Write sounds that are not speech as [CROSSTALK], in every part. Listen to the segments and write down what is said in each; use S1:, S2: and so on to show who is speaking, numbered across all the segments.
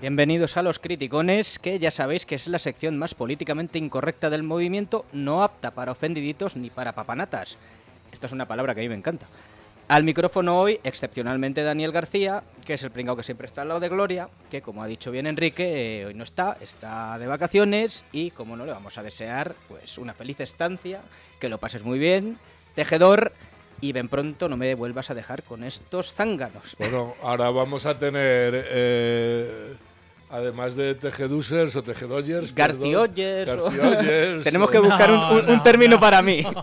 S1: Bienvenidos a Los Criticones, que ya sabéis que es la sección más políticamente incorrecta del movimiento, no apta para ofendiditos ni para papanatas. Esta es una palabra que a mí me encanta. Al micrófono hoy, excepcionalmente Daniel García, que es el pringao que siempre está al lado de Gloria, que como ha dicho bien Enrique, eh, hoy no está, está de vacaciones y como no le vamos a desear, pues una feliz estancia, que lo pases muy bien, tejedor, y ven pronto no me vuelvas a dejar con estos zánganos.
S2: Bueno, ahora vamos a tener, eh, además de tejedusers o tejedoyers, perdón,
S1: Garcioyers. o- [LAUGHS]
S2: Garcioyers,
S1: Tenemos
S2: o-
S1: que buscar un,
S3: No,
S1: un- un
S3: no,
S1: término
S3: no.
S1: para mí. [LAUGHS]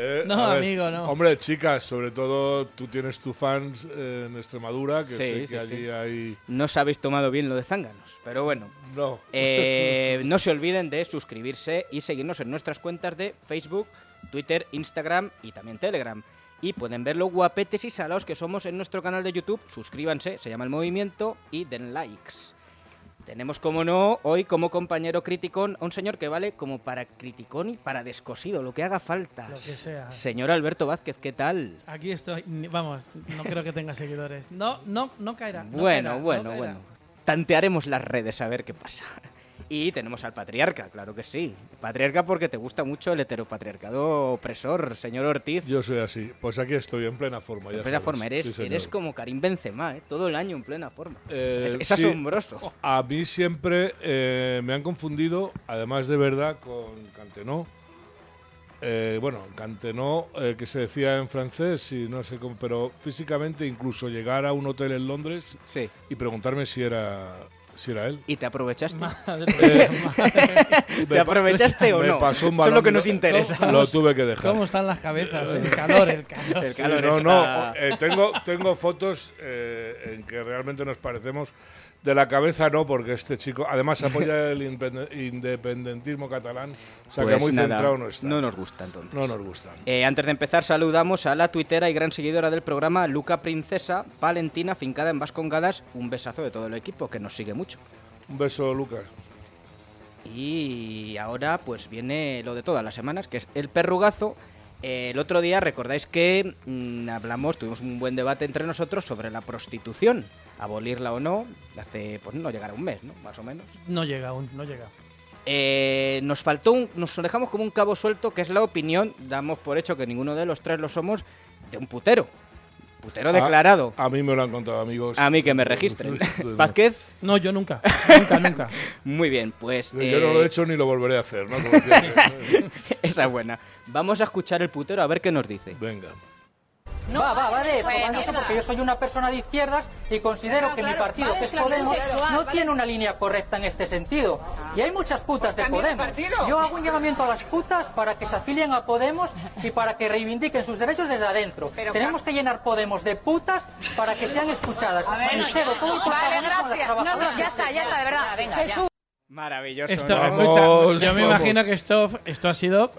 S2: Eh,
S3: No,
S2: a ver,
S3: amigo, no.
S2: Hombre, chicas, sobre todo tú tienes tus fans eh, en Extremadura, que
S1: Sí,
S2: sé que
S1: sí,
S2: allí
S1: sí.
S2: hay...
S1: No os habéis tomado bien lo de zánganos, pero bueno.
S2: No.
S1: Eh, no se olviden de suscribirse y seguirnos en nuestras cuentas de Facebook, Twitter, Instagram y también Telegram. Y pueden ver lo guapetes y salados que somos en nuestro canal de YouTube. Suscríbanse, se llama El Movimiento y den likes. Tenemos, como no, hoy como compañero criticón a un señor que vale como para criticón y para descosido, lo que haga falta.
S3: Lo que sea.
S1: Señor Alberto Vázquez, ¿qué tal?
S3: Aquí estoy, Ni- vamos, no creo que tenga seguidores. No, no, no caerá. no
S1: Bueno,
S3: caerá, no
S1: bueno,
S3: caerá.
S1: bueno. Tantearemos las redes a ver qué pasa. Y tenemos al patriarca, claro que sí. Patriarca porque te gusta mucho el heteropatriarcado opresor, señor Ortiz.
S2: Yo soy así. Pues aquí estoy, en plena forma.
S1: en
S2: ya
S1: plena
S2: sabes.
S1: forma, eres,
S2: Sí, señor.
S1: eres como Karim Benzema, ¿eh? todo el año en plena forma.
S2: Eh,
S1: es es
S2: sí.
S1: asombroso.
S2: A mí siempre eh, me han confundido, además de verdad, con Cantenó. Eh, bueno, Cantenó, eh, que se decía en francés, y no sé cómo, pero físicamente incluso llegar a un hotel en Londres
S1: Sí.
S2: y preguntarme si era, si era él.
S1: ¿Y te aprovechaste?
S3: Madre
S2: Eh,
S3: mía,
S2: [LAUGHS]
S3: madre.
S1: ¿Te aprovechaste o
S2: me
S1: no?
S2: pasó un
S1: Eso es lo
S2: balón
S1: que
S2: y
S1: nos
S2: lo-
S1: interesa.
S2: Lo tuve que dejar.
S3: ¿Cómo están las cabezas? El calor, el calor.
S1: El
S2: Sí,
S1: calor
S2: no,
S1: está-
S2: no. eh, tengo, tengo fotos eh, en que realmente nos parecemos. De la cabeza no, porque este chico además apoya el independe- independentismo catalán. O sea que
S1: Pues
S2: muy
S1: nada,
S2: centrado no está.
S1: No nos gusta entonces.
S2: No nos gusta.
S1: Eh, antes de empezar, saludamos a la tuitera y gran seguidora del programa, Luca Princesa, Valentina, fincada en Vascongadas. Un besazo de todo el equipo, que nos sigue mucho.
S2: Un beso, Lucas.
S1: Y ahora, pues viene lo de todas las semanas, que es el perrugazo. Eh, el otro día, recordáis que mm, hablamos, tuvimos un buen debate entre nosotros sobre la prostitución, abolirla o no, hace, pues no llegará un mes, ¿no? Más o menos.
S3: No llega aún, no llega.
S1: Eh, nos faltó un, nos dejamos como un cabo suelto que es la opinión, damos por hecho que ninguno de los tres lo somos, de un putero. Putero
S2: Ah, pues,
S1: declarado.
S2: A mí me lo han contado, amigos.
S1: A mí que me
S2: [LAUGHS]
S1: registren. [LAUGHS]
S2: No.
S1: Vázquez,
S3: No, yo nunca, nunca,
S2: [LAUGHS]
S3: nunca.
S1: muy bien, pues
S2: Yo
S1: eh,
S2: no lo he hecho ni lo volveré a hacer, ¿no? Como siempre.
S1: [LAUGHS] esa es buena. Vamos a escuchar el putero a ver qué nos dice.
S2: Venga.
S4: No, va, va, va de eso, va de eso, porque yo soy una persona de izquierdas y considero que mi partido, que es Podemos, no tiene una línea correcta en este sentido. Y hay muchas putas de Podemos. Yo hago un llamamiento a las putas para que se afilien a Podemos y para que reivindiquen sus derechos desde adentro. Tenemos que llenar Podemos de putas para que sean escuchadas. Y cedo todo el protagonismo a las trabajadoras.
S5: ya está, ya está, de verdad. Jesús.
S1: Maravilloso.
S3: Esto,
S1: ¿no?
S2: Vamos,
S3: escucha, yo me
S2: vamos.
S3: imagino que esto, esto ha sido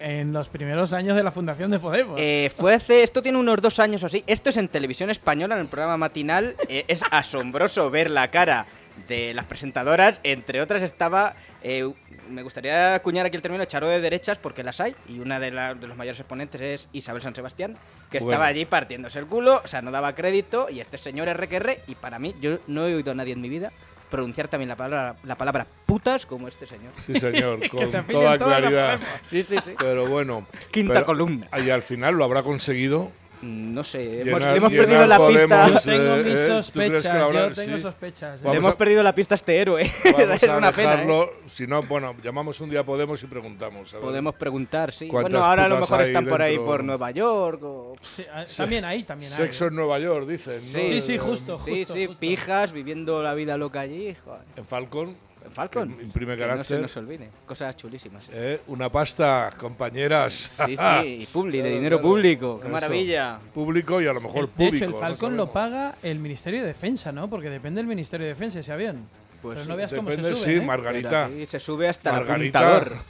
S3: en los primeros años de la fundación de Podemos.
S1: Eh, fue hace, esto tiene unos dos años o así. Esto es en televisión española, en el programa matinal. Eh, es asombroso ver la cara de las presentadoras. Entre otras estaba, eh, me gustaría acuñar aquí el término charo de derechas porque las hay. Y una de, la- de los mayores exponentes es Isabel San Sebastián, que
S2: Bueno.
S1: estaba allí partiéndose el culo, o sea, no daba crédito. Y este señor RQR, y para mí, yo no he oído a nadie en mi vida pronunciar también la palabra, la palabra putas como este señor.
S2: Sí,
S1: [LAUGHS]
S2: señor, con
S3: se afilen
S2: toda
S3: todas las
S2: claridad.
S1: Sí, sí, sí.
S2: Pero bueno.
S1: Quinta
S2: pero-
S1: columna.
S2: Y al final lo habrá conseguido.
S1: Mm, No sé, hemos,
S2: Llenar-
S1: hemos
S2: llenar
S1: perdido la
S2: Podemos.
S1: pista.
S3: yo tengo
S2: eh,
S3: mis
S2: eh, ¿tú crees
S3: sospechas,
S2: que lo habrá-
S3: yo tengo
S2: sí.
S3: sospechas. ¿eh?
S1: [LAUGHS]
S2: Vamos
S1: Le hemos
S2: a-
S1: perdido la pista a este héroe. [LAUGHS]
S3: [LAUGHS]
S2: Vamos
S1: es
S2: a
S1: una pena. ¿eh?
S2: dejarlo. Si no, bueno, llamamos un día a Podemos y preguntamos. a ver.
S1: Podemos preguntar, sí.
S2: ¿Cuántas
S1: Bueno, ahora a lo
S2: putas
S1: mejor
S2: hay
S1: están por ahí
S2: dentro?
S1: por Nueva York. o-
S3: Sí, ah, También ahí, también ahí.
S2: Sexo en Nueva York, dicen. ¿no?
S3: Sí, sí,
S2: Eh,
S3: justo,
S1: Sí,
S3: justo,
S1: sí,
S3: justo.
S1: pijas viviendo la vida loca allí. joder.
S2: En Falcon.
S1: Falcon.
S2: que Imprime
S1: Que no se
S2: carácter.
S1: nos olvide. Cosas chulísimas.
S2: Eh, Una pasta, compañeras.
S1: Sí,
S2: [LAUGHS]
S1: sí, y publi, de
S2: Claro,
S1: dinero
S2: claro.
S1: público. ¡Qué
S2: Eso.
S1: maravilla!
S2: Público y a lo mejor
S3: El- de
S2: público.
S3: hecho, el
S2: no
S3: Falcón lo
S2: sabemos.
S3: paga el Ministerio de Defensa, ¿no? Porque depende del Ministerio de Defensa ese avión.
S1: Pues
S3: Pero
S1: sí,
S3: no veas cómo se
S2: Depende,
S3: sube. ¿eh?
S2: sí, Margarita.
S1: Y se sube hasta el
S2: Margarita.
S1: apuntador.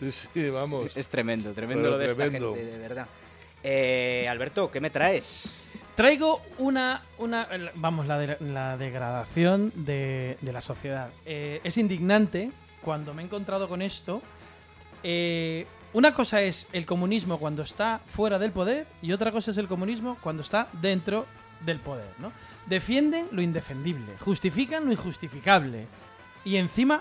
S2: Sí, sí, vamos.
S1: Es tremendo, tremendo
S2: Pero
S1: lo de
S2: tremendo.
S1: esta gente, de verdad. Eh, Alberto, ¿qué me traes?
S3: Traigo una, una el- vamos, la, de- la degradación de, de la sociedad. Eh, es indignante cuando me he encontrado con esto. Eh, una cosa es el comunismo cuando está fuera del poder y otra cosa es el comunismo cuando está dentro del poder, ¿no? Defienden lo indefendible, justifican lo injustificable. Y encima,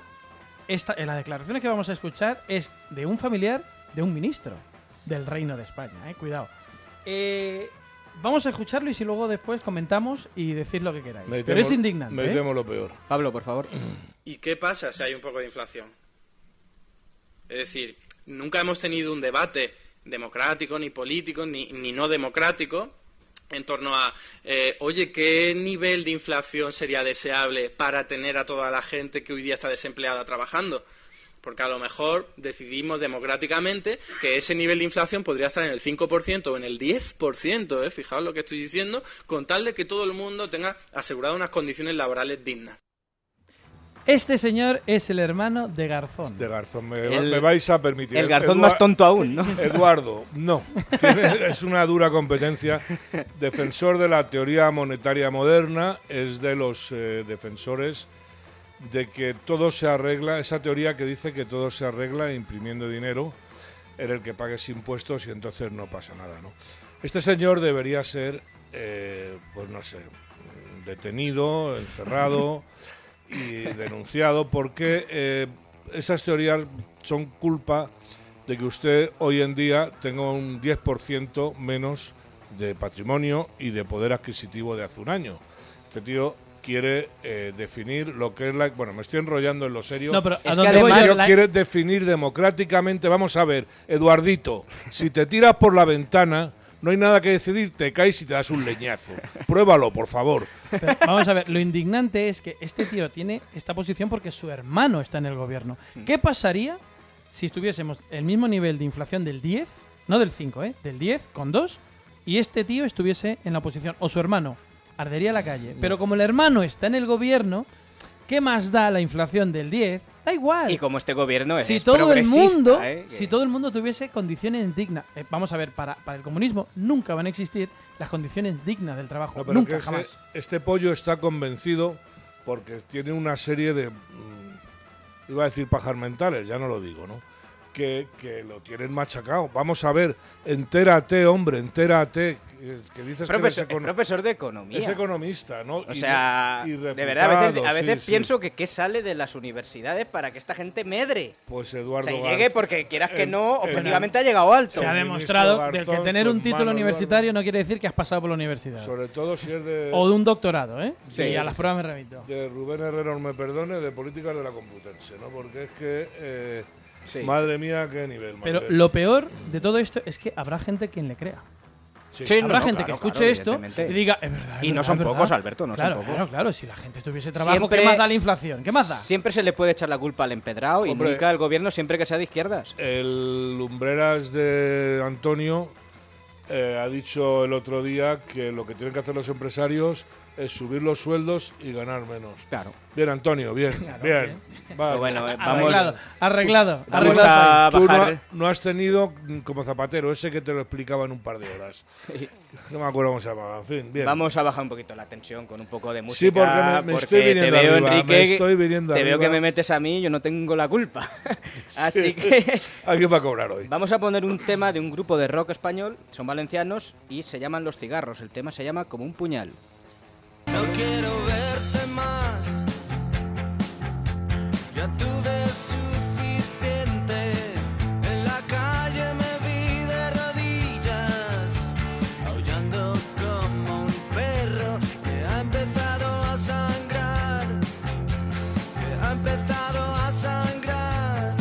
S3: esta, en las declaraciones que vamos a escuchar es de un familiar de un ministro del Reino de España, ¿eh? Cuidado. Eh, vamos a escucharlo y si luego después comentamos y decir lo que queráis. Pero es indignante. ¿eh?
S2: Merecemos lo peor.
S1: Pablo, por favor.
S6: ¿Y qué pasa si hay un poco de inflación? Es decir, nunca hemos tenido un debate democrático, ni político, ni, ni no democrático en torno a, eh, oye, ¿qué nivel de inflación sería deseable para tener a toda la gente que hoy día está desempleada trabajando? Porque a lo mejor decidimos democráticamente que ese nivel de inflación podría estar en el 5% o en el 10%, ¿eh? fijaos lo que estoy diciendo, con tal de que todo el mundo tenga asegurado unas condiciones laborales dignas.
S3: Este señor es el hermano de Garzón.
S2: Este garzón, me,
S1: El-
S2: me vais a permitir.
S1: El garzón
S2: Edua-
S1: más tonto aún, ¿no?
S2: Eduardo, no. Tiene- es una dura competencia. Defensor de la teoría monetaria moderna, es de los eh, defensores de que todo se arregla, esa teoría que dice que todo se arregla imprimiendo dinero en el que pagues impuestos y entonces no pasa nada, ¿no? Este señor debería ser, eh, pues no sé, detenido, encerrado y denunciado porque eh, esas teorías son culpa de que usted hoy en día tenga un 10% menos de patrimonio y de poder adquisitivo de hace un año. Este tío quiere eh, definir lo que es la... Bueno, me estoy enrollando en lo serio.
S3: No, pero
S1: Es
S3: ¿a
S1: que
S3: dónde voy
S1: además-
S3: yo?
S2: Yo
S3: La-
S2: quiero definir democráticamente. Vamos a ver, Eduardito, si te tiras por la ventana, no hay nada que decidir, te caes y te das un leñazo. Pruébalo, por favor.
S3: Pero vamos a ver, lo indignante es que este tío tiene esta posición porque su hermano está en el gobierno.
S1: Hmm.
S3: ¿Qué pasaría si estuviésemos el mismo nivel de inflación del 10, no del 5, ¿eh? del 10 con 2, y este tío estuviese en la oposición, o su hermano? Ardería la calle. Pero como el hermano está en el gobierno, ¿qué más da la inflación del 10? Da igual
S1: Y como este gobierno es
S3: si todo el
S1: progresista,
S3: mundo
S1: ¿eh? Que-
S3: si todo el mundo tuviese condiciones dignas eh, vamos a ver para, para el comunismo nunca van a existir las condiciones dignas del trabajo
S2: No, pero que
S3: nunca
S2: ese-
S3: jamás
S2: Este pollo está convencido porque tiene una serie de. mm, Iba a decir pajar mentales, ya no lo digo, ¿no? Que, que lo tienen machacado. Vamos a ver, entérate, hombre, entérate. Que, que
S1: Profesor,
S2: dices que eres
S1: es
S2: econo-
S1: profesor de economía.
S2: es economista, ¿no?
S1: O sea, de verdad, a veces, a veces pienso que qué sale de las universidades para que esta gente medre.
S2: Pues
S1: O
S2: Eduardo
S1: sea, y
S2: Gar-
S1: llegue porque quieras que
S2: en-
S1: no,
S2: en-
S1: objetivamente ha llegado alto.
S3: se ha
S2: el
S3: demostrado
S2: ministro
S3: del que
S2: Garzón,
S3: tener
S2: su
S3: un título
S2: hermano
S3: universitario
S2: Eduardo.
S3: no quiere decir que has pasado por la universidad
S2: Sobre todo si es de,
S3: o de un doctorado eh
S2: Sí,
S3: y a
S2: sí,
S3: las
S2: sí.
S3: pruebas me remito
S2: de Rubén Herrero, me perdone, de políticas de la computense, ¿no? Porque es que, eh,
S1: Sí.
S2: madre mía, qué nivel.
S3: pero
S2: madre.
S3: lo peor de todo esto es que habrá gente quien le crea
S2: Sí.
S1: Sí, no,
S3: habrá
S1: no,
S3: gente
S1: claro,
S3: que
S1: claro,
S3: escuche esto
S1: evidentemente.
S3: y diga es verdad es
S1: Y no
S3: verdad,
S1: son
S3: es verdad".
S1: pocos, Alberto, no son
S3: claro,
S1: pocos.
S3: claro claro si la gente tuviese trabajo
S1: Siempre-
S3: qué más da la inflación qué más da
S1: Siempre se le puede echar la culpa al empedrado y
S2: Hombre.
S1: nunca al gobierno siempre que sea de izquierdas.
S2: El Lumbreras de Antonio eh, ha dicho el otro día que lo que tienen que hacer los empresarios es subir los sueldos y ganar menos.
S1: Claro.
S2: Bien, Antonio, bien, bien. Vale.
S3: [LAUGHS]
S1: bueno, eh, vamos,
S3: arreglado arreglado
S1: [LAUGHS] vamos
S3: arreglado.
S1: a
S2: Tú no,
S1: bajar.
S2: ha- no has tenido mm, como zapatero, ese que te lo explicaba en un par de horas.
S1: [LAUGHS] Sí.
S2: No me acuerdo cómo se llamaba. En fin, bien.
S1: Vamos a bajar un poquito la tensión con un poco de música.
S2: Sí, porque me- me estoy
S1: te
S2: viniendo
S1: veo,
S2: arriba, me
S1: Enrique,
S2: estoy viniendo
S1: te veo que
S2: arriba.
S1: me metes a mí, yo no tengo la culpa. [LAUGHS] Así
S2: Sí.
S1: que
S2: Alguien va a cobrar hoy.
S1: vamos a poner un tema de un grupo de rock español, son valencianos y se llaman Los Cigarros. El tema se llama Como un puñal.
S7: No quiero verte más. Ya tuve suficiente. En la calle me vi de rodillas, aullando como un perro que ha empezado a sangrar. Que ha empezado a sangrar.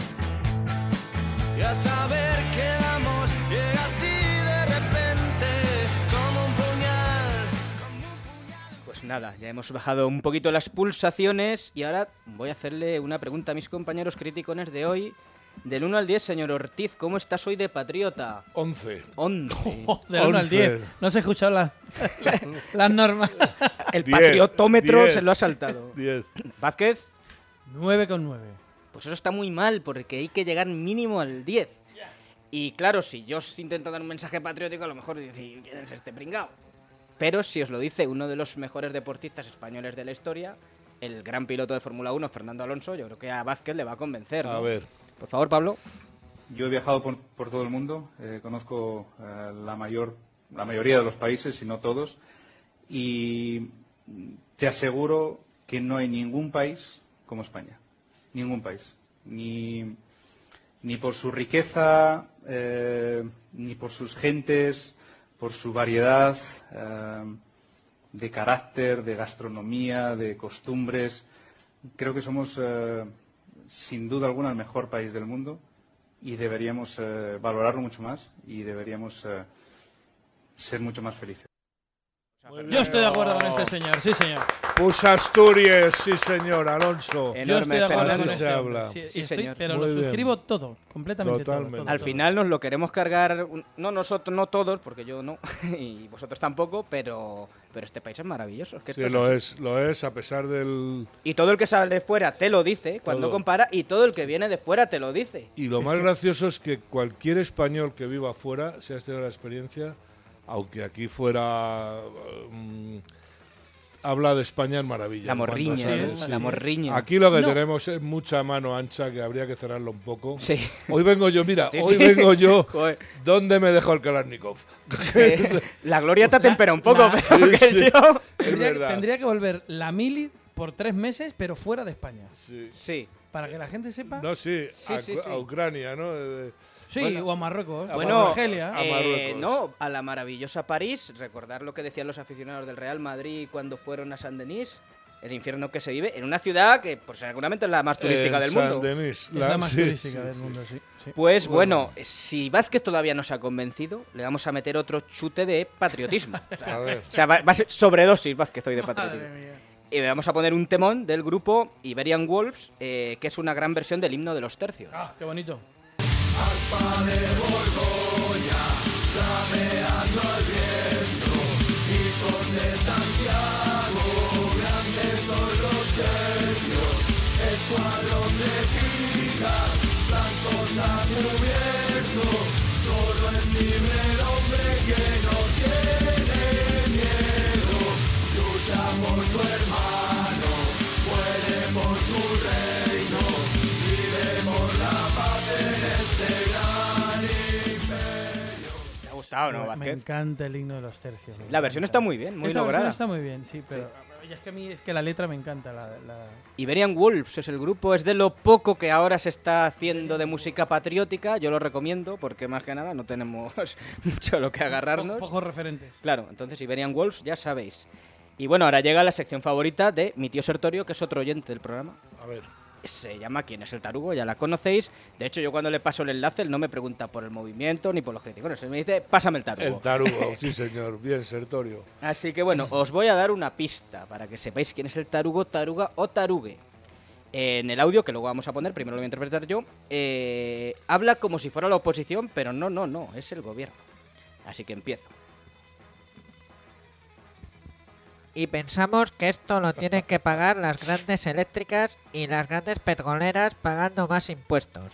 S7: Y a saber que el amor llega así de repente, como un puñal.
S1: Pues nada, ya hemos bajado un poquito las pulsaciones y ahora voy a hacerle una pregunta a mis compañeros criticones de hoy. Del 1 al 10, señor Ortiz, ¿cómo estás hoy de patriota?
S2: 11. [LAUGHS]
S1: 11.
S3: Oh, Del 1 al
S2: Once.
S3: 10. No se escuchado las [LAUGHS]
S1: [LAUGHS]
S3: las normas.
S1: El
S2: Diez,
S1: patriotómetro
S2: [LAUGHS] diez.
S1: se lo ha saltado.
S2: 10.
S1: Vázquez,
S3: 9 con 9.
S1: pues eso está muy mal porque hay que llegar mínimo al 10. Y claro, si yo os intento dar un mensaje patriótico, a lo mejor decís, ¿quién es este pringao? Pero si os lo dice uno de los mejores deportistas españoles de la historia, el gran piloto de Fórmula 1, Fernando Alonso, yo creo que a Vázquez le va a convencer.
S2: A
S1: ¿no?
S2: ver.
S1: Por favor, Pablo.
S8: Yo he viajado por, por todo el mundo, eh, conozco eh, la, mayor, la mayoría de los países, si no todos, y te aseguro que no hay ningún país como España. Ningún país. Ni, ni por su riqueza, eh, ni por sus gentes, por su variedad eh, de carácter, de gastronomía, de costumbres. Creo que somos, eh, sin duda alguna, el mejor país del mundo y deberíamos eh, valorarlo mucho más y deberíamos eh, ser mucho más felices.
S3: Yo estoy de acuerdo con este señor, sí, señor.
S2: Pus Asturias, sí señor, Alonso.
S3: Yo
S1: Enorme
S3: estoy de acuerdo
S2: Así
S3: con
S2: se
S3: este hombre.
S2: habla.
S3: Sí,
S1: Sí,
S3: estoy-
S1: señor.
S3: Pero
S2: Muy
S3: lo
S2: bien.
S3: suscribo todo, completamente todo,
S2: Totalmente.
S3: todo,
S1: Al
S3: todo.
S1: final nos lo queremos cargar, un- no nosotros, no todos, porque yo no, [LAUGHS] y vosotros tampoco, pero, pero este país es maravilloso. es que
S2: Sí,
S1: esto es
S2: lo
S1: así.
S2: es, lo es, a pesar del...
S1: Y todo el que sale de fuera te lo dice cuando
S2: Todo.
S1: compara, y todo el que viene de fuera te lo dice.
S2: Y lo más gracioso es que cualquier español que viva afuera, si has tenido la experiencia, aunque aquí fuera... mm, habla de España en
S1: La
S2: maravilla. Cuando
S1: morriña,
S2: sales,
S1: ¿no?
S2: sí,
S1: la
S2: sí.
S1: morriña. [LAUGHS]
S2: Aquí lo que
S3: No.
S2: tenemos es mucha mano ancha que habría que cerrarlo un poco.
S1: Sí.
S2: Hoy vengo yo, mira,
S1: Sí,
S2: hoy
S1: sí.
S2: vengo yo.
S1: [LAUGHS] Joder.
S2: ¿Dónde me dejó el
S1: [LAUGHS]
S2: Kalashnikov?
S1: Eh, la gloria te atempera un poco,
S3: la-
S1: pero [LAUGHS] que
S2: sí.
S1: yo-
S2: Es
S3: Tendría, que-
S2: verdad.
S3: tendría que volver la mili por tres meses, pero fuera de España.
S2: Sí.
S1: Sí.
S3: Para que la gente sepa.
S2: No, sí,
S1: Sí,
S2: a,
S1: sí, sí.
S2: a Ucrania, ¿no? Eh,
S3: sí,
S2: bueno.
S3: o a Marruecos,
S1: Bueno,
S3: o a Argelia.
S2: a
S1: eh,
S2: Marruecos.
S1: no, a la maravillosa París, recordar lo que decían los aficionados del Real Madrid cuando fueron a San Denis, el infierno que se vive en una ciudad que pues seguramente es la más turística
S2: en
S1: del
S2: San
S1: mundo.
S2: Denis,
S3: es la más
S2: sí,
S3: turística
S2: sí,
S3: del
S2: sí.
S3: mundo, sí. sí.
S1: Pues bueno, si Vázquez todavía no se ha convencido, le vamos a meter otro chute de patriotismo. [LAUGHS] O sea,
S2: A ver.
S1: o sea, va, va a ser sobredosis Vázquez hoy de
S3: Madre
S1: patriotismo.
S3: mía.
S1: Y le Eh, vamos a poner un temón del grupo Iberian Wolves, eh, que es una gran versión del himno de los tercios.
S3: Ah, qué bonito.
S1: ¿Te ha gustado, no,
S3: me
S1: Vázquez?
S3: encanta el himno de los tercios. me
S1: La versión
S3: encanta.
S1: está muy bien, muy
S3: Esta versión
S1: lograda.
S3: está muy bien, sí, pero Oye, es que a mí es que la letra me encanta. La, la-
S1: Iberian Wolves es el grupo, es de lo poco que ahora se está haciendo de música patriótica, yo lo recomiendo porque más que nada no tenemos [LAUGHS] mucho lo que
S3: po-
S1: agarrarnos.
S3: pocos referentes.
S1: Claro, entonces Iberian Wolves ya sabéis. Y bueno, ahora llega la sección favorita de mi tío Sertorio, que es otro oyente del programa.
S2: A ver.
S1: Se llama ¿Quién es el tarugo? Ya la conocéis. De hecho, yo cuando le paso el enlace, él no me pregunta por el movimiento ni por los críticos. Él me dice, pásame [LAUGHS] el tarugo.
S2: El tarugo, [LAUGHS] sí señor, bien Sertorio.
S1: Así que bueno, os voy a dar una pista para que sepáis quién es el tarugo, taruga o tarugue. En el audio, que luego vamos a poner, primero lo voy a interpretar yo, eh, habla como si fuera la oposición, pero no, no, no, es el gobierno. Así que empiezo.
S9: Y pensamos que esto lo tienen que pagar las grandes eléctricas y las grandes petroleras pagando más impuestos.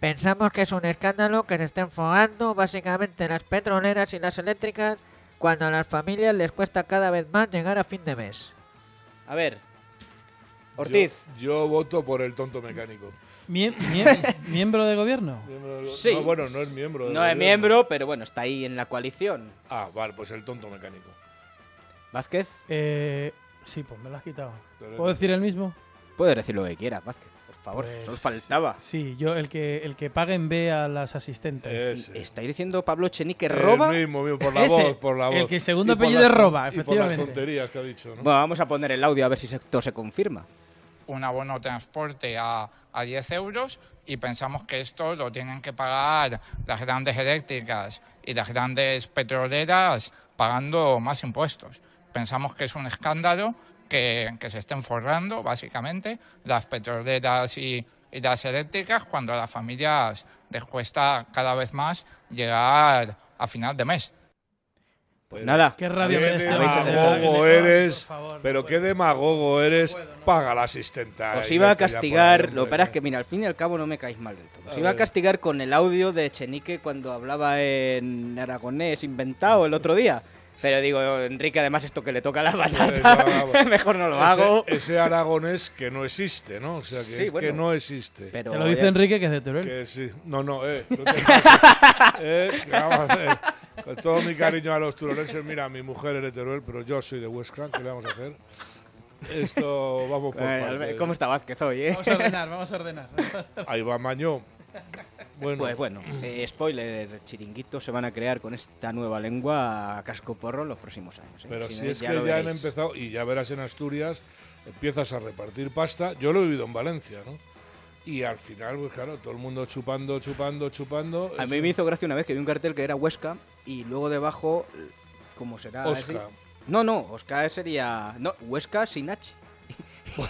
S9: Pensamos que es un escándalo que se estén fogando básicamente las petroleras y las eléctricas cuando a las familias les cuesta cada vez más llegar a fin de mes.
S1: A ver, Ortiz.
S2: Yo, yo voto por el tonto mecánico.
S3: Mie-
S1: [LAUGHS]
S3: mie- ¿Miembro de gobierno?
S2: Miembro del-
S1: Sí.
S2: No, bueno, no es miembro. del
S1: No es
S2: gobierno.
S1: miembro, pero bueno, está ahí en la coalición.
S2: Ah, vale, pues el tonto mecánico.
S1: Vázquez.
S3: Eh, sí, pues me lo has quitado.
S2: Pero-
S3: ¿Puedo decir el mismo?
S1: Puedes decir lo que quieras, Vázquez, por favor,
S3: Pues-
S1: solo faltaba.
S3: Sí, yo el que el que pague en B a las asistentes.
S2: Ese.
S1: ¿Estáis diciendo Pablo
S2: Eh,
S1: Chenique roba?
S2: El mismo, mismo, por la
S3: Ese,
S2: voz, por la
S3: el
S2: voz.
S3: que segundo
S2: Y por
S3: apellido
S2: las
S3: es roba,
S2: ton- y por las
S3: efectivamente.
S2: tonterías que ha dicho, ¿no?
S1: Bueno, vamos a poner el audio a ver si esto se confirma.
S10: un abono de transporte a, a 10 euros y pensamos que esto lo tienen que pagar las grandes eléctricas y las grandes petroleras pagando más impuestos. Pensamos que es un escándalo que, que se estén forrando, básicamente, las petroleras y, y las eléctricas cuando a las familias les cuesta cada vez más llegar a final de mes.
S1: Pues nada.
S3: Qué rabia
S2: Qué
S3: me da este
S1: habéis-
S3: hombre, de
S1: habéis-
S3: verdad que me-
S2: demagogo
S3: por
S2: eres,
S3: favor,
S2: pero
S3: no
S2: qué
S3: puedo.
S2: demagogo eres. Paga la asistenta.
S1: Os
S2: y
S1: iba a
S2: vete ya por ahí,
S1: castigar,
S2: hombre.
S1: lo que pasa es que mira, al fin y al cabo no me caéis mal del todo. Os
S2: A
S1: iba a
S2: ver.
S1: castigar con el audio de Chenique cuando hablaba en aragonés inventado el otro día. Pero digo, Enrique, además esto que le toca la
S2: ya,
S1: batata, [LAUGHS]
S2: vamos.
S1: mejor no lo
S2: Ese-
S1: hago.
S2: Ese, aragonés que no existe, ¿no? O sea, que
S1: Sí,
S2: es
S1: bueno.
S2: que no existe.
S1: Pero
S3: Te lo dice Enrique que es de Teruel.
S2: Que sí. No, no, eh. no te pases. Eh, que eh, vamos a hacer. Con todo mi cariño a los turolenses, mira, mi mujer es de Teruel, pero yo soy de Huesca, ¿qué le vamos a hacer? Esto vamos por
S1: Bueno,
S2: partes.
S1: Eh, ¿Cómo está Vázquez hoy, eh?
S3: Vamos a ordenar, vamos a ordenar.
S2: Ahí va Mañó. Bueno.
S1: Pues bueno, eh, spoiler, chiringuitos se van a crear con esta nueva lengua a casco porro los próximos años. ¿eh?
S2: Pero si,
S1: no,
S2: es
S1: lo
S2: que ya han
S1: veréis.
S2: empezado, y ya verás en Asturias, empiezas a repartir pasta. Yo lo he vivido en Valencia, ¿no? Y al final, pues claro, todo el mundo chupando, chupando, chupando.
S1: A mí me hizo gracia una vez que vi un cartel que era Huesca y luego debajo, ¿cómo será?
S2: Osca.
S1: Ese- No, no, Osca sería... No, Huesca sin
S2: [LAUGHS]
S1: H. Lo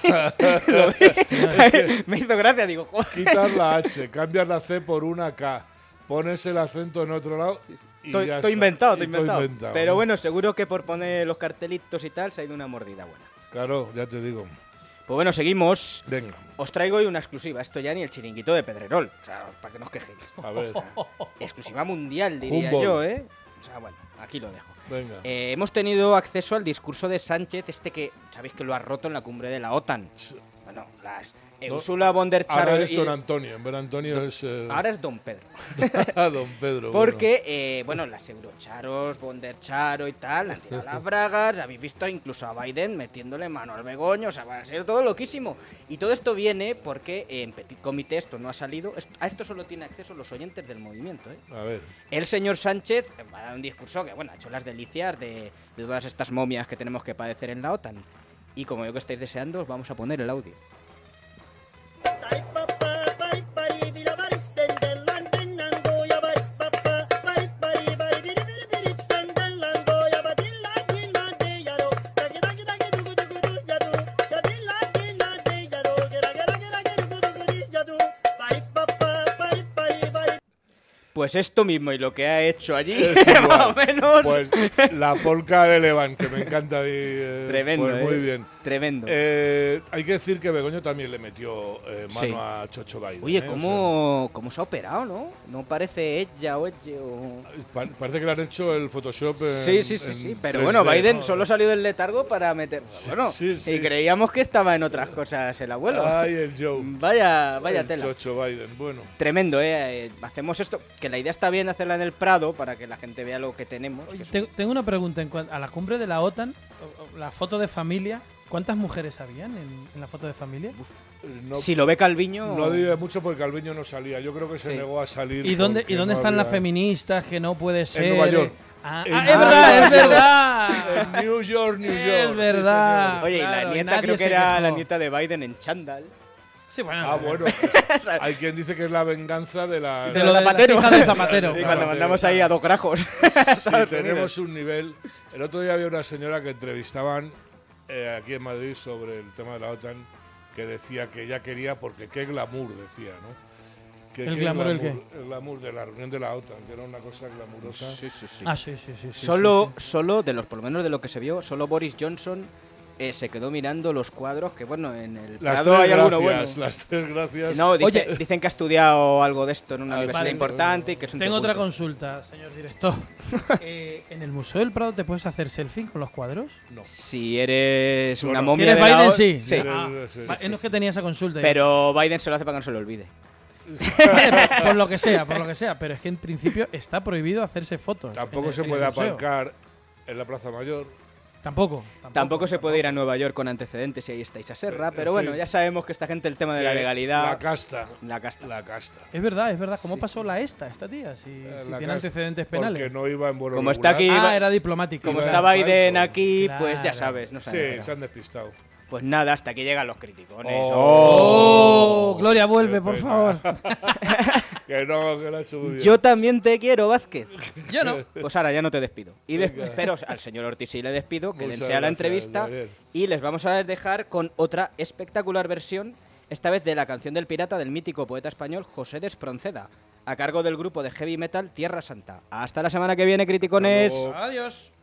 S1: vi.
S2: Es que-
S1: [LAUGHS] me hizo gracia, digo, joder.
S2: [LAUGHS] Quitas la H, cambias la C por una K, pones el acento en otro lado y
S1: Estoy estoy
S2: ya está.
S1: inventado,
S2: Y
S1: estoy
S2: todo
S1: inventado. Pero
S2: ¿no?
S1: bueno, seguro que por poner los cartelitos y tal se ha ido una mordida buena.
S2: Claro, ya te digo.
S1: Pues bueno, seguimos.
S2: Venga,
S1: Os traigo hoy una exclusiva. Esto ya ni el chiringuito de Pedrerol. O sea, para que no os
S2: [LAUGHS]
S1: quejéis.
S2: a
S1: [LAUGHS]
S2: ver,
S1: Exclusiva mundial, diría
S2: Humboldt.
S1: yo, ¿eh? O sea, bueno, aquí lo dejo.
S2: venga.
S1: Eh, hemos tenido acceso al discurso de Sánchez, este que sabéis que lo ha roto en la cumbre de la OTAN. Bueno, las.
S2: No.
S1: Ursula von der
S2: Ahora
S1: Charo
S2: es
S1: y-
S2: Don Antonio, en ver Antonio es eh, [LAUGHS]
S1: Ahora es Don Pedro.
S2: Don
S1: [LAUGHS]
S2: Pedro. bueno.
S1: Porque, eh, bueno, las Eurocharos, von der Charo y tal, han tirado
S2: [LAUGHS]
S1: las bragas. Habéis visto incluso a Biden metiéndole mano al Begoño. O sea, va a ser todo loquísimo. Y todo esto viene porque eh, en Petit Comité esto no ha salido. Esto- a esto solo tienen acceso los oyentes del movimiento, ¿eh?
S2: A ver,
S1: El señor Sánchez va a dar un discurso que, bueno, ha hecho las delicias de, de todas estas momias que tenemos que padecer en la OTAN. Y como yo que estáis deseando, os vamos a poner el audio. Pues esto mismo y lo que ha hecho allí, [LAUGHS]
S2: Es igual.
S1: más o menos.
S2: pues la polca de Levan, que me encanta a mí, eh,
S1: tremendo,
S2: pues muy
S1: ¿eh?
S2: bien.
S1: Tremendo.
S2: Eh, hay que decir que Begoño también le metió eh, mano
S1: Sí.
S2: a Chocho Biden.
S1: Oye,
S2: ¿eh? O
S1: ¿cómo, cómo se ha operado, no? No parece ella o ella o...
S2: sea, pa- parece que le han hecho el Photoshop. en-
S1: Sí, sí, sí,
S2: en
S1: sí. Pero
S2: 3D,
S1: bueno, Biden
S2: ¿no?
S1: solo salió del letargo para meter... Bueno,
S2: sí, sí.
S1: y creíamos que estaba en otras cosas el abuelo.
S2: Ay, el Joe.
S1: Vaya, Mm, vaya
S2: el
S1: tela.
S2: Chocho Biden, bueno.
S1: Tremendo, ¿eh? Eh, Hacemos esto, que la idea está bien hacerla en el Prado para que la gente vea lo que tenemos. que
S3: [LAUGHS] Oye,
S1: es
S3: te- tengo una pregunta. En cuanto a la cumbre de la OTAN, o- o la foto de familia, ¿cuántas mujeres habían en, en la foto de familia?
S2: eh,
S1: un-
S2: No,
S1: Si lo ve Calviño...
S2: no diría mucho porque Calviño no salía. Yo creo que se
S1: Sí.
S2: negó a salir.
S3: ¿Y dónde,
S2: porque
S3: ¿y dónde
S2: no
S3: están las
S2: había-
S3: feministas? Que no puede ser.
S2: Nueva
S3: eh?
S2: York.
S3: Ah,
S2: En
S3: ah,
S2: Nueva
S3: es
S2: York.
S3: verdad, es
S2: En
S3: verdad.
S2: New York, New
S3: Es
S2: York. sí,
S3: verdad.
S2: señor.
S1: Oye, y
S3: Claro,
S1: la nieta
S3: nadie
S1: creo que
S3: se
S1: era
S3: quejó.
S1: la nieta de Biden en chándal.
S3: Sí, bueno,
S2: Ah, bueno.
S1: [LAUGHS] O sea,
S2: Hay quien dice que es la venganza de la.
S3: De lo de las
S1: Zapatero. [LAUGHS]
S3: hijas de Zapatero.
S1: y cuando
S2: Sí, Zapatero.
S1: mandamos ahí a dos grajos.
S3: [LAUGHS]
S2: Sí, tenemos un nivel. El otro día había una señora que entrevistaban eh, aquí en Madrid sobre el tema de la OTAN que decía que ella quería porque qué glamour decía, ¿no? Que
S3: ¿El glamour el
S2: qué? El glamour de la reunión de la OTAN, que era una cosa glamurosa.
S3: Ah, sí, sí, sí. sí,
S1: Solo,
S3: sí,
S1: solo de los, por lo menos de lo que se vio, solo Boris Johnson eh, se quedó mirando los cuadros que, bueno, en el
S2: Las
S1: Prado
S2: tres,
S1: hay alguno
S2: gracias,
S1: bueno.
S2: [LAUGHS] las tres gracias.
S1: No, dice-
S3: Oye.
S1: dicen que ha estudiado algo de esto en una
S2: Ah,
S1: universidad
S3: vale.
S1: importante y que es
S3: sí.
S1: un
S3: Tengo otra
S1: consulta.
S3: consulta, señor
S1: [LAUGHS]
S3: director. Eh, ¿En el Museo del Prado te puedes hacer selfie con los cuadros?
S2: No.
S1: Si eres una
S2: Bueno,
S1: momia
S3: si eres
S1: de la
S3: Biden,
S1: O-
S3: sí.
S2: Sí.
S3: Ah,
S2: Sí,
S3: va-
S2: sí,
S3: no es
S2: sí.
S3: que tenía esa consulta.
S1: Pero Biden se lo hace para que no se lo olvide.
S3: Vale, [LAUGHS] por lo que sea, por lo que sea. Pero es que en principio está prohibido hacerse fotos. en
S2: Tampoco
S3: el-
S2: se
S3: en
S2: puede
S3: el museo.
S2: aparcar en la Plaza Mayor.
S3: Tampoco. Tampoco,
S1: Tampoco se puede ir a Nueva York con antecedentes y ahí estáis a Serra,
S2: Eh,
S1: pero
S2: en
S1: bueno,
S2: fin.
S1: ya sabemos que esta gente el tema de la
S2: Eh,
S1: legalidad...
S2: La casta.
S1: La casta.
S2: La casta.
S3: Es verdad, es verdad. ¿Cómo pasó la esta, esta tía? Si,
S2: Eh,
S3: si
S2: la
S3: tiene
S2: casta.
S3: antecedentes penales.
S2: Porque no iba en vuelo
S1: Como está
S2: regular.
S1: aquí-
S3: Ah,
S1: iba-
S3: era diplomático.
S1: Como
S2: Iba
S1: está
S2: en
S1: Biden
S2: Franco.
S1: aquí, pues ya
S3: Claro.
S1: sabes, no sabes.
S2: Sí, se han despistado.
S1: Pues nada, hasta aquí llegan los criticones.
S3: ¡Oh! Gloria, vuelve,
S2: Qué
S3: por
S2: pena.
S3: favor.
S2: [LAUGHS] que no, que lo
S3: [LAUGHS]
S2: ha hecho muy bien.
S1: Yo también te quiero, Vázquez.
S3: Yo no.
S1: Pues ahora ya no te despido. Y des-
S2: Venga.
S1: pero al señor Ortiz sí le despido, que
S2: Muchas
S1: dense a la
S2: gracias,
S1: entrevista.
S2: Gabriel.
S1: Y les vamos a dejar con otra espectacular versión, esta vez de la canción del pirata del mítico poeta español José de Espronceda, a cargo del grupo de heavy metal Tierra Santa. Hasta la semana que viene, criticones.
S2: Hasta luego.
S3: Adiós.